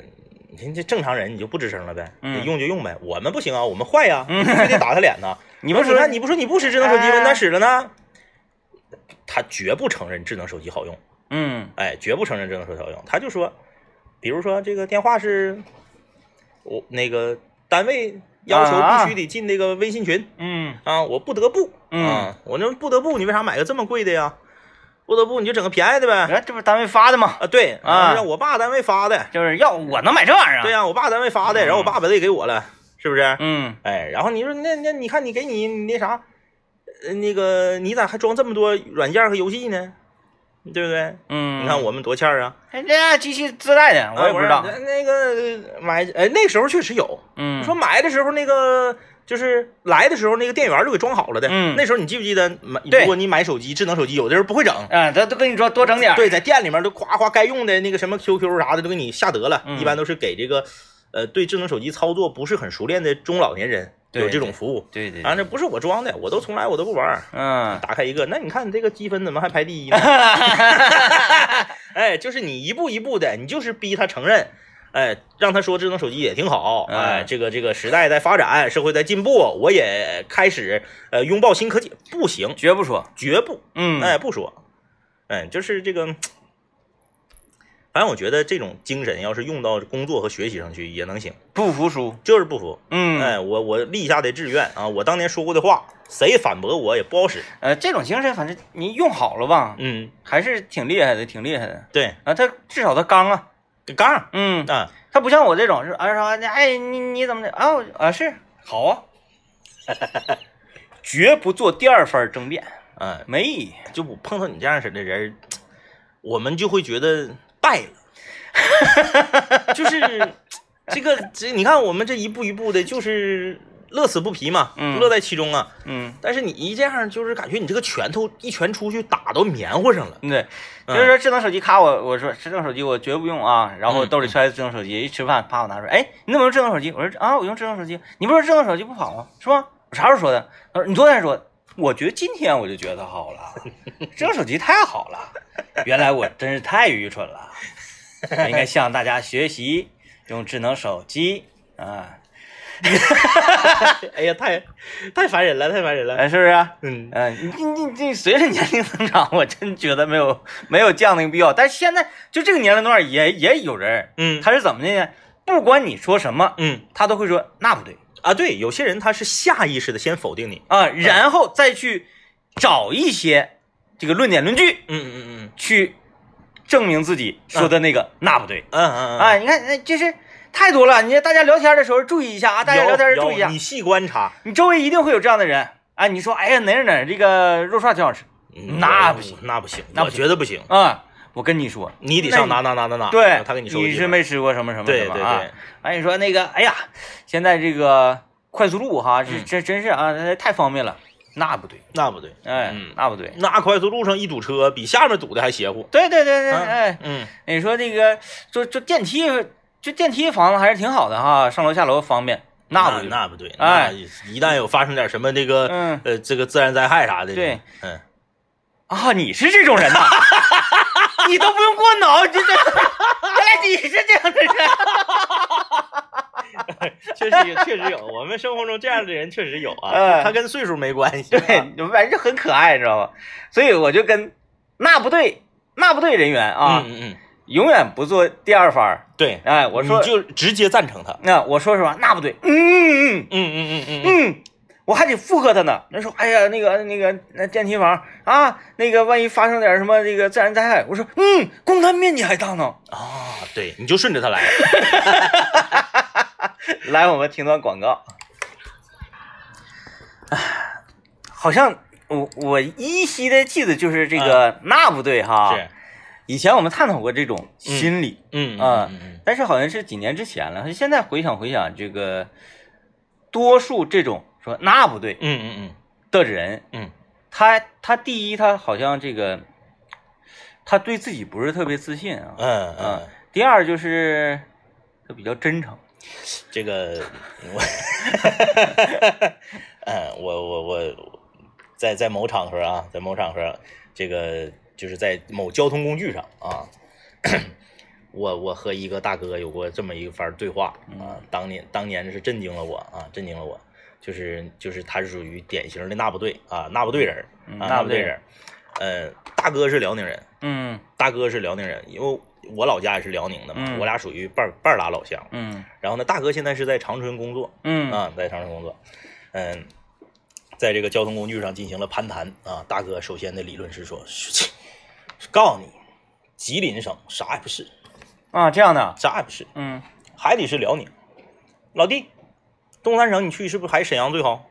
你这正常人你就不吱声了呗，嗯你用就用呗。我们不行啊，我们坏呀、你非得打他脸呢。你不说说看，你不说你不使智能手机吗？哎那使了呢？他绝不承认智能手机好用，嗯哎，绝不承认智能手机好用。他就说，比如说这个电话是，我那个单位要求啊必须得进那个微信群嗯啊我不得不，嗯啊，我那不得不，你为啥买个这么贵的呀？不得不你就整个便宜的呗。哎，这不是单位发的吗？啊，对啊让我爸单位发的，就是要我能买这玩意儿啊？对呀、我爸单位发的，然后我爸把它也给我了，是不是？嗯哎，然后你说那那你看你给你你那啥，呃那个你咋还装这么多软件和游戏呢？对不对？嗯，你看我们多欠儿啊！人家机器自带的，我也不知啊道。是那个买，哎，那时候确实有。嗯，说买的时候那个就是来的时候那个电源就给装好了的。嗯那时候你记不记得买？对如果你买手机，智能手机，有的人不会整，啊，他都跟你说多整点儿。对，在店里面都夸夸该用的那个什么 QQ 啥的都给你下得了，嗯一般都是给这个呃对智能手机操作不是很熟练的中老年人对有这种服务。对对啊，对，那不是我装的，我都从来我都不玩儿。嗯，打开一个，那你看你这个积分怎么还排第一呢？ 哎，就是你一步一步的，你就是逼他承认，哎，让他说智能手机也挺好，嗯哎，这个这个时代在发展，社会在进步，我也开始呃拥抱新科技，不行，绝不说。绝不嗯，哎，，不说，哎，就是这个，反正我觉得这种精神要是用到工作和学习上去也能行，不服输。就是不服。嗯，哎，我我立下的志愿啊，我当年说过的话，谁反驳我也不好使。呃，这种精神，反正你用好了吧，嗯，还是挺厉害的，挺厉害的对，啊。他至少他刚啊，杠儿嗯，啊， 他不像我这种是啊啥的，哎，你你怎么的啊我啊是好啊，绝不做第二番争辩，嗯，没意义。就我碰到你这样式的人，我们就会觉得败了， 就是这个 这你看我们这一步一步的，就是乐此不疲嘛，嗯乐在其中啊。嗯，但是你一这样，就是感觉你这个拳头一拳出去打到棉花上了，对，就嗯是说智能手机卡我，我说智能手机我绝不用啊。然后兜里揣着智能手机，一吃饭啪我拿出来，哎，你怎么用智能手机？我说啊，我用智能手机。你不是说智能手机不好吗？是吗？我啥时候说的？他说你昨天说的。我觉得今天我就觉得好 了，智能手机太好了。原来我真是太愚蠢了，我应该向大家学习用智能手机啊，哎呀，太太烦人了，太烦人了。哎，是不是、啊？嗯，嗯，你你你这随着年龄增长，我真觉得没有没有降那个必要。但是现在就这个年龄段也也有人，嗯他是怎么的呢？不管你说什么，嗯他都会说那不对啊，对，有些人他是下意识的先否定你。啊，然后再去找一些这个论点论据嗯嗯嗯去证明自己说的那个那不对嗯嗯啊。你看，那就是太多了。你看大家聊天的时候注意一下啊，大嗯家聊天的时候注意一下你，细观察，你周围一定会有这样的人啊。你说，哎呀，哪儿哪儿这个肉串挺好吃那不行，嗯那不行，那我不行觉得不行，啊，我跟你说，你得那上哪哪哪哪哪。对，嗯他跟你你说个地是方没吃过什么什么对什么对啊对？哎，你说那个，哎呀，现在这个快速路哈，这嗯真真是啊，那太方便了，那不对，那不对，哎嗯，那不对，那快速路上一堵车，比下面堵的还邪乎。对对对对，啊哎，嗯，你说这个，就就电梯，就电梯房子还是挺好的哈，上楼下楼方便，那不对，那不对，哎那一旦有发生点什么这个嗯呃这个自然灾害啥的，对， 嗯，啊，你是这种人 呐，你都不用过脑，你这这，原来你是这样的 人，确实有，确实有，我们生活中这样的人确实有啊，哎他跟岁数没关系啊，对，你们反正就很可爱，知道吧？所以我就跟那不对，那不对人员啊，嗯嗯嗯，永远不做第二番儿。对，哎，我说你就直接赞成他，那、我说实话，那不对，嗯嗯嗯嗯嗯嗯嗯嗯，我还得附和他呢。人说，哎呀，那个那个那电梯房啊，那个万一发生点什么这个自然灾害，我说，嗯，公摊面积还大呢。嗯，啊，对，你就顺着他来， 来，我们听段广告。唉好像我我依稀的记得就是这个、那不对哈，是，以前我们探讨过这种心理，嗯嗯啊嗯嗯但是好像是几年之前了。现在回想回想，这个多数这种说那不对嗯嗯嗯的人，嗯他他第一他好像这个他对自己不是特别自信啊，嗯啊嗯。第二就是他比较真诚，这个我，嗯，我我我在在某场合啊，在某场合，这个就是在某交通工具上啊，我我和一个大哥有过这么一番对话嗯啊，当年当年是震惊了我啊，震惊了我，就是就是他是属于典型的那不对啊，那不对人儿嗯那啊，那不不对对人儿，呃，大哥是辽宁人，嗯大哥是辽宁人，因为我老家也是辽宁的嘛，嗯我俩属于半儿半儿拉老乡。嗯然后呢，大哥现在是在长春工作嗯啊，在长春工作，嗯，在这个交通工具上进行了攀谈啊。大哥首先的理论是说，是告诉你，吉林省啥也不是，啊这样的，啥也不是，嗯还得是辽宁。老弟，东三省你去是不是还是沈阳最好？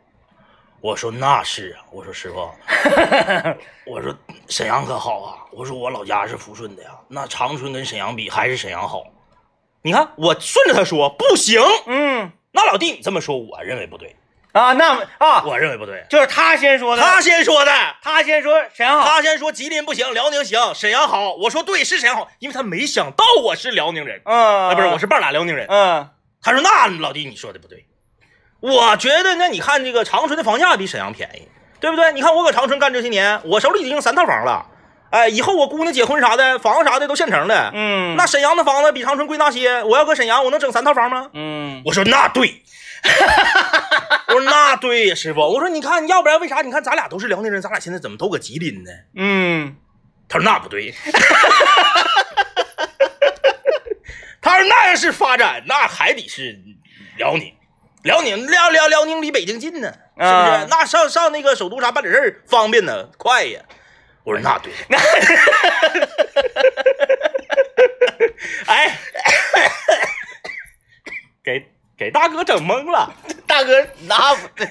我说那是啊，我说师傅，我说沈阳可好啊，我说我老家是抚顺的呀，那长春跟沈阳比还是沈阳好。你看我顺着他说不行，嗯那老弟，你这么说，我认为不对，啊那啊我认为不对。就是他先说的，他先说的，他先说啊沈阳好，他先说吉林不行，辽宁行，沈阳好。我说对，是沈阳好，因为他没想到我是辽宁人，嗯啊，不是，我是半拉辽宁人。嗯他说那老弟，你说的不对，我觉得那你看这个长春的房价比沈阳便宜，对不对？你看我搁长春干这些年，我手里已经三套房了，哎，以后我姑娘结婚啥的，房啥的都现成的。嗯那沈阳的房子比长春贵那些，我要搁沈阳，我能整三套房吗？嗯我说那对，我说那对呀，师傅。我说你看，要不然为啥？你看咱俩都是辽宁人，咱俩现在怎么都搁吉林呢？嗯他说那不对， 他说那要是发展，那还得是辽宁。辽宁辽辽辽宁离北京近呢，是不是？啊那上上那个首都啥办点事儿方便呢，快呀！我说那对， 哎，给给大哥整懵了。 大哥那不对，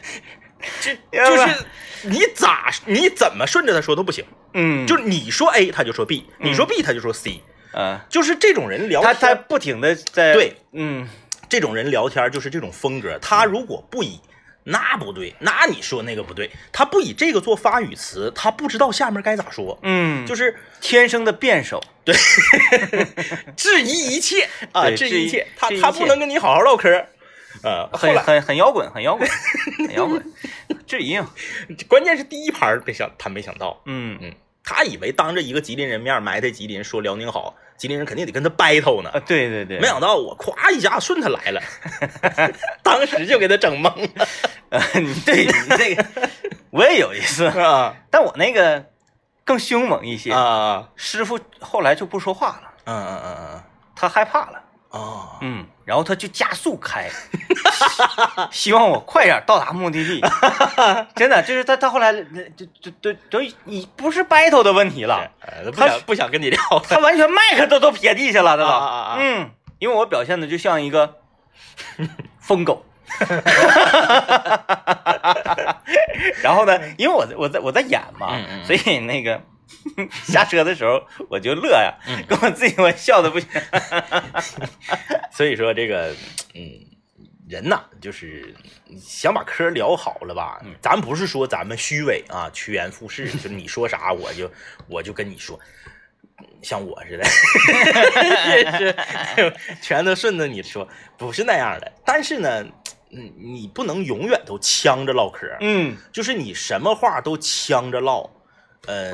就明就白是你咋你怎么顺着他说都不行，嗯，就是你说 A 他就说 B，你说 B 他就说 C，嗯，就是这种人聊他他天，不停的在对，嗯这种人聊天就是这种风格。他如果不以那不对，那你说那个不对，他不以这个做发语词，他不知道下面该咋说，嗯，就是是天生的辩手，质疑一切啊，对质质疑疑一切，他质疑一他切不能跟你好好唠嗑。呃，后很来很很摇滚，很摇滚，很摇滚， 质疑，关键是第一盘儿没想他没想到，嗯嗯，他以为当着一个吉林人面埋汰吉林，说辽宁好，吉林人肯定得跟他 battle 呢啊，。对对对，没想到我夸一下顺他来了，当时就给他整懵 了啊， 你对你这个，我也有一 次，啊但我那个更凶猛一些，啊！师傅后来就不说话了，嗯嗯嗯他害怕了，嗯啊！嗯，然后他就加速开， 希望我快点到达目的 地。真的，就是他他后来呃就就就就你不是 battle 的问题了，呃不他想不想跟你聊了他完全麦克都都撇地下了，他都，啊啊啊嗯，因为我表现的就像一 个疯狗。然后呢，因为我在我在我在演嘛，嗯嗯所以那个 下车的时候我就乐呀，嗯跟我自己我笑的不 行。所以说这个，嗯，人呐，就是想把嗑聊好了吧，嗯咱不是说咱们虚伪啊，趋炎附势，就是你说啥我就我就跟你说，像我似的， 也是全都顺着你说，不是那样的。但是呢，嗯，你不能永远都呛着唠嗑，嗯就是你什么话都呛着唠，呃，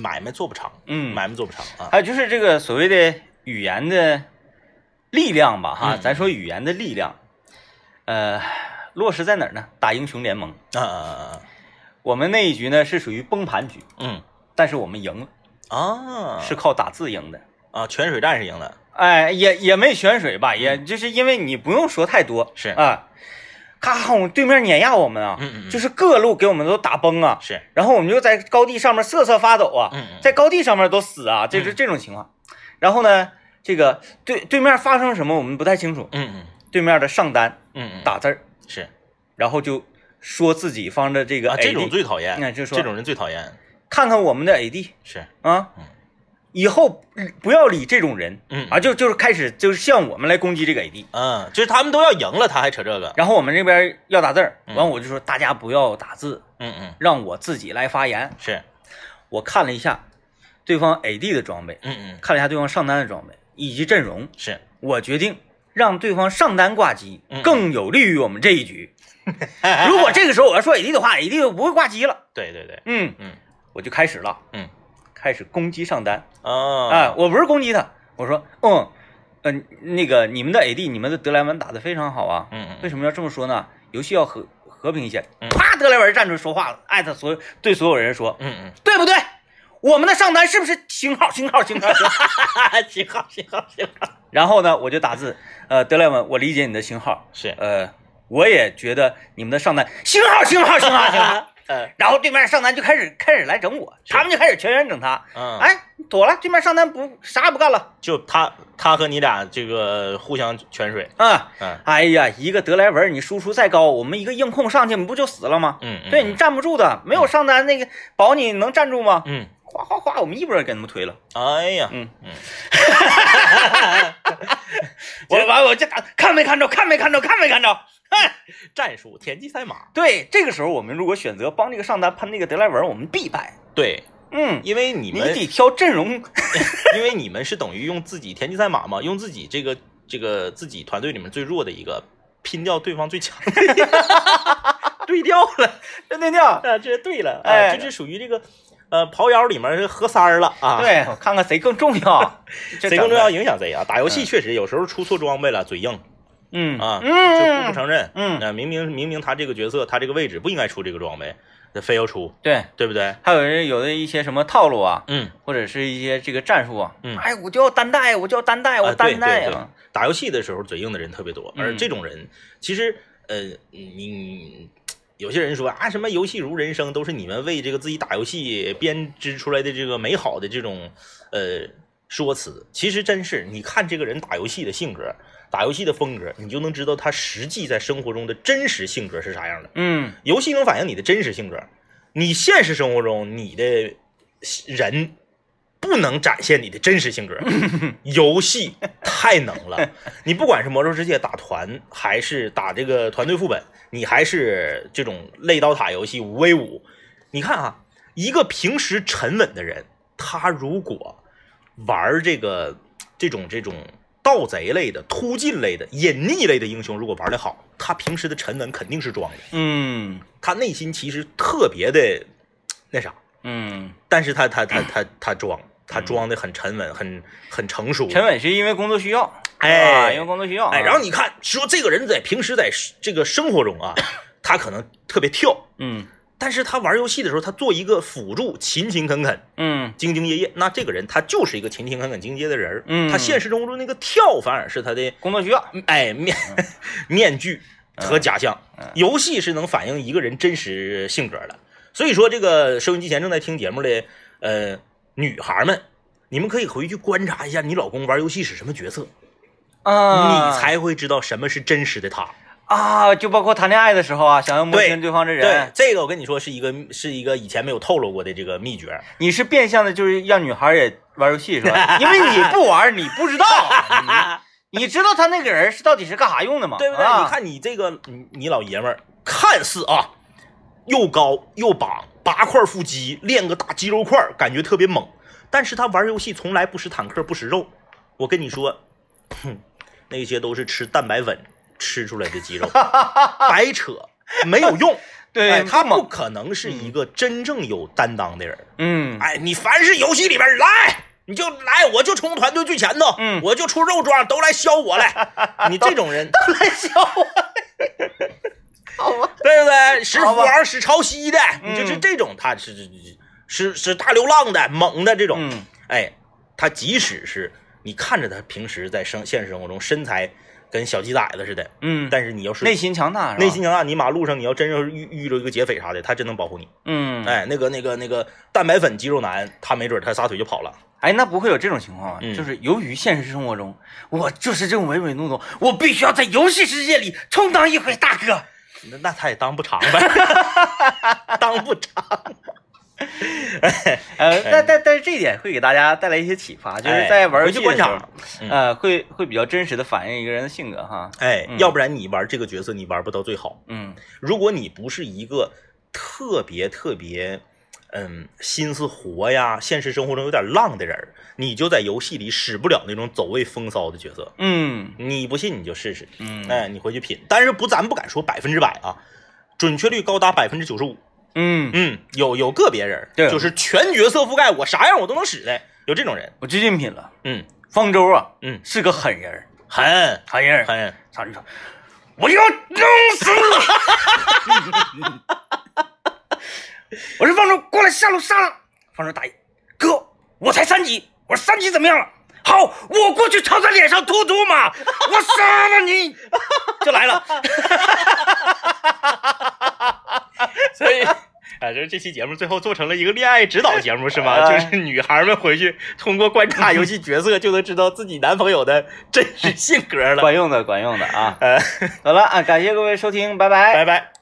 买卖做不长，嗯，买卖做不长啊，还有就是这个所谓的语言的力量吧，哈，嗯咱说语言的力量，呃，落实在哪儿呢？打英雄联盟，啊啊嗯啊，我们那一局呢是属于崩盘局，嗯但是我们赢了，啊，是靠打字赢的。啊，泉水战士赢了。哎，也也没选水吧，也就是因为你不用说太多，嗯是啊，咔轰，对面碾压我们啊，嗯嗯嗯就是各路给我们都打崩啊，是，然后我们就在高地上面瑟瑟发抖啊，嗯嗯在高地上面都死啊，这是这种情况。然后呢，这个对对面发生什么我们不太清楚，嗯嗯对面的上单嗯嗯，打字儿，是然后就说自己方的这个啊， AD，、这种最讨厌，那就说这种人最讨厌，看看我们的 AD 是，啊嗯，以后嗯不要理这种人嗯啊，就就是开始就是向我们来攻击这个 AD，嗯，就是他们都要赢了，他还扯这个，然后我们这边要打字儿，嗯完我就说大家不要打字，嗯嗯，让我自己来发言。是，我看了一下对方 AD 的装备，嗯嗯看了一下对方上单的装备以及阵容，是，我决定让对方上单挂机嗯，更有利于我们这一局。如果这个时候我要说 AD 的话，AD 就不会挂机了。对对对，嗯，嗯我就开始了，嗯，开始攻击上单。哦，哎，我不是攻击他，我说，嗯，嗯、那个你们的 AD，你们的德莱文打得非常好啊。嗯嗯，为什什么要这么说呢？游戏要和和平一些。嗯啪，德莱文站出来说话了，艾特所有对所有人说，嗯嗯，对不对？我们的上单是不是星号星号星号？星号 哈哈，行好行好行好，然后呢，我就打字，呃，德莱文，我理解你的型号， 是，呃，我也觉得你们的上单型号型号型号型 号，嗯然后对面上单就开始开始来整我，他们就开始全员整他，嗯，哎，躲了，对面上单不啥也不干了，就他他和你俩这个互相泉水，啊、嗯哎呀，一个德莱文，你输出再高，我们一个硬控上去，你不就死了吗？嗯，对你，站不住的，没有上单那个保你能站住吗？嗯，哗哗哗，我们一波给他们推了，哎呀，嗯 嗯，我完我就打，看没看着，看没看着，看没看着。战术田忌赛马，对，这个时候我们如果选择帮这个上单喷那个德莱文，我们必败。对，嗯，因为你你们得挑阵容。 因为你们是等于用自己田忌赛马嘛，用自己这个这个自己团队里面最弱的一个拼掉对方最强的一个，对调了，对对调， 啊，这对了，哎啊，这是属于这个呃跑腰里面是合三儿了啊，，对，我看看谁更重 要，这谁整更的重要？影响谁啊？打游戏确实有时候出错装备了，嘴硬嗯啊，就不嗯，承认，嗯那明明明明他这个角色他这个位置不应该出这个装备，那非要出，对，对不对？还有人有的一些什么套路啊，嗯，或者是一些这个战术啊，嗯哎，我就要单带，我就要单带，我啊，对单带对对啊，，打游戏的时候嘴硬的人特别多，嗯而这种人其实呃，你有些人说啊，什么游戏如人生，都是你们为这个自己打游戏编织出来的这个美好的这种呃说辞。其实真是，你看这个人打游戏的性格，打游戏的风格，你就能知道它实际在生活中的真实性格是啥样的。嗯游戏能反映你的真实性格，你现实生活中你的人不能展现你的真实性格，游戏太能了。你不管是魔兽世界打团，还是打这个团队副本，你还是这种类刀塔游戏五 v 五，你看啊，一个平时沉稳的人，他如果玩这个这种这种。盗贼类的、突进类的、隐匿类的英雄，如果玩的好，他平时的沉稳肯定是装的。嗯他内心其实特别的那啥，嗯，但是他他他他他装，他装的很沉稳，很很成熟。陈稳是因为工作需要，哎啊因为工作需要啊，哎，然后你看，说这个人在平时在这个生活中啊，他可能特别跳，嗯但是他玩游戏的时候，他做一个辅助，勤勤恳恳、嗯兢兢业业。那这个人他就是一个勤勤恳恳、兢兢业业的人儿。嗯他现实生活中那个跳反而是他的工作需要，哎面 面具和假象嗯。游戏是能反映一个人真实性格的，所以说这个收音机前正在听节目的呃女孩们，你们可以回去观察一下你老公玩游戏是什么角色，啊，你才会知道什么是真实的他。啊，就包括谈恋爱的时候啊，想要摸对清对方的对人，，这个我跟你说是一个是一个以前没有透露过的这个秘诀。你是变相的，就是让女孩也玩游戏是吧？因为你不玩，你不知 道，你你知道他那个人是到底是干啥用的吗？对不对？啊、你看你这个，你你老爷们儿，看似啊，又高又膀，八块腹肌，练个大肌肉块儿，感觉特别猛。但是他玩游戏从来不吃坦克，不吃肉。我跟你说，哼，那些都是吃蛋白粉吃出来的肌 肉，白扯，没有用。对哎他不猛可能是一个真正有担当的人。嗯，哎，你凡是游戏里边来，你就来，我就冲团队最前头，嗯我就出肉装，都来削我来。你这种人，都来削我，对不对？使好虎吧王、使潮汐的，嗯你就是这种，他是是是是大流浪的、猛的这种。嗯哎，他即使是你看着他平时在生现实生活中身材跟小鸡崽子似的， 嗯，但是你要是啊内心啊强大是吧？内心强大，你马路上你要真要是遇遇着一个劫匪啥的，他真能保护你。嗯，哎哎，那个那个那个蛋白粉肌肉男，他没准他撒腿就跑了。哎那不会有这种情况啊，嗯就是由于现实生活中，我就是这种唯唯诺诺，我必须要在游戏世界里充当一回大哎哥。那那他也当不长呗， 当不长。哎呃，但但但是这一点会给大家带来一些启发，就是哎在玩游回戏去的观时候察，嗯呃，会会比较真实的反映一个人的性格哈。哎，嗯要不然你玩这个角色，你玩不到最好。嗯如果你不是一个特别特别，嗯，心思活呀，现实生活中有点浪的人儿，你就在游戏里使不了那种走位风骚的角色。嗯你不信你就试试，嗯哎，你回去品。但是不，咱不敢说百分之百啊，准确率高达百分之九十五。嗯，嗯，有有个别人儿，对就是全角色覆盖，我啥样我都能使的，有这种人。我最近品了，嗯，方舟啊，嗯是个狠人儿，狠狠人儿，狠。上去说，我要弄死你！ 我说方舟，过来下路杀了。方舟大意，哥，我才三级，我说三级怎么样了？好，我过去朝他脸上突突嘛，我杀了你， 就来了。所以，啊，就是这期节目最后做成了一个恋爱指导节目，是吗？ 哎就是女孩们回去通过观察游戏角色，就能知道自己男朋友的真实性格了。管用的，管用的啊！呃，好了啊，感谢各位收听，拜拜拜拜。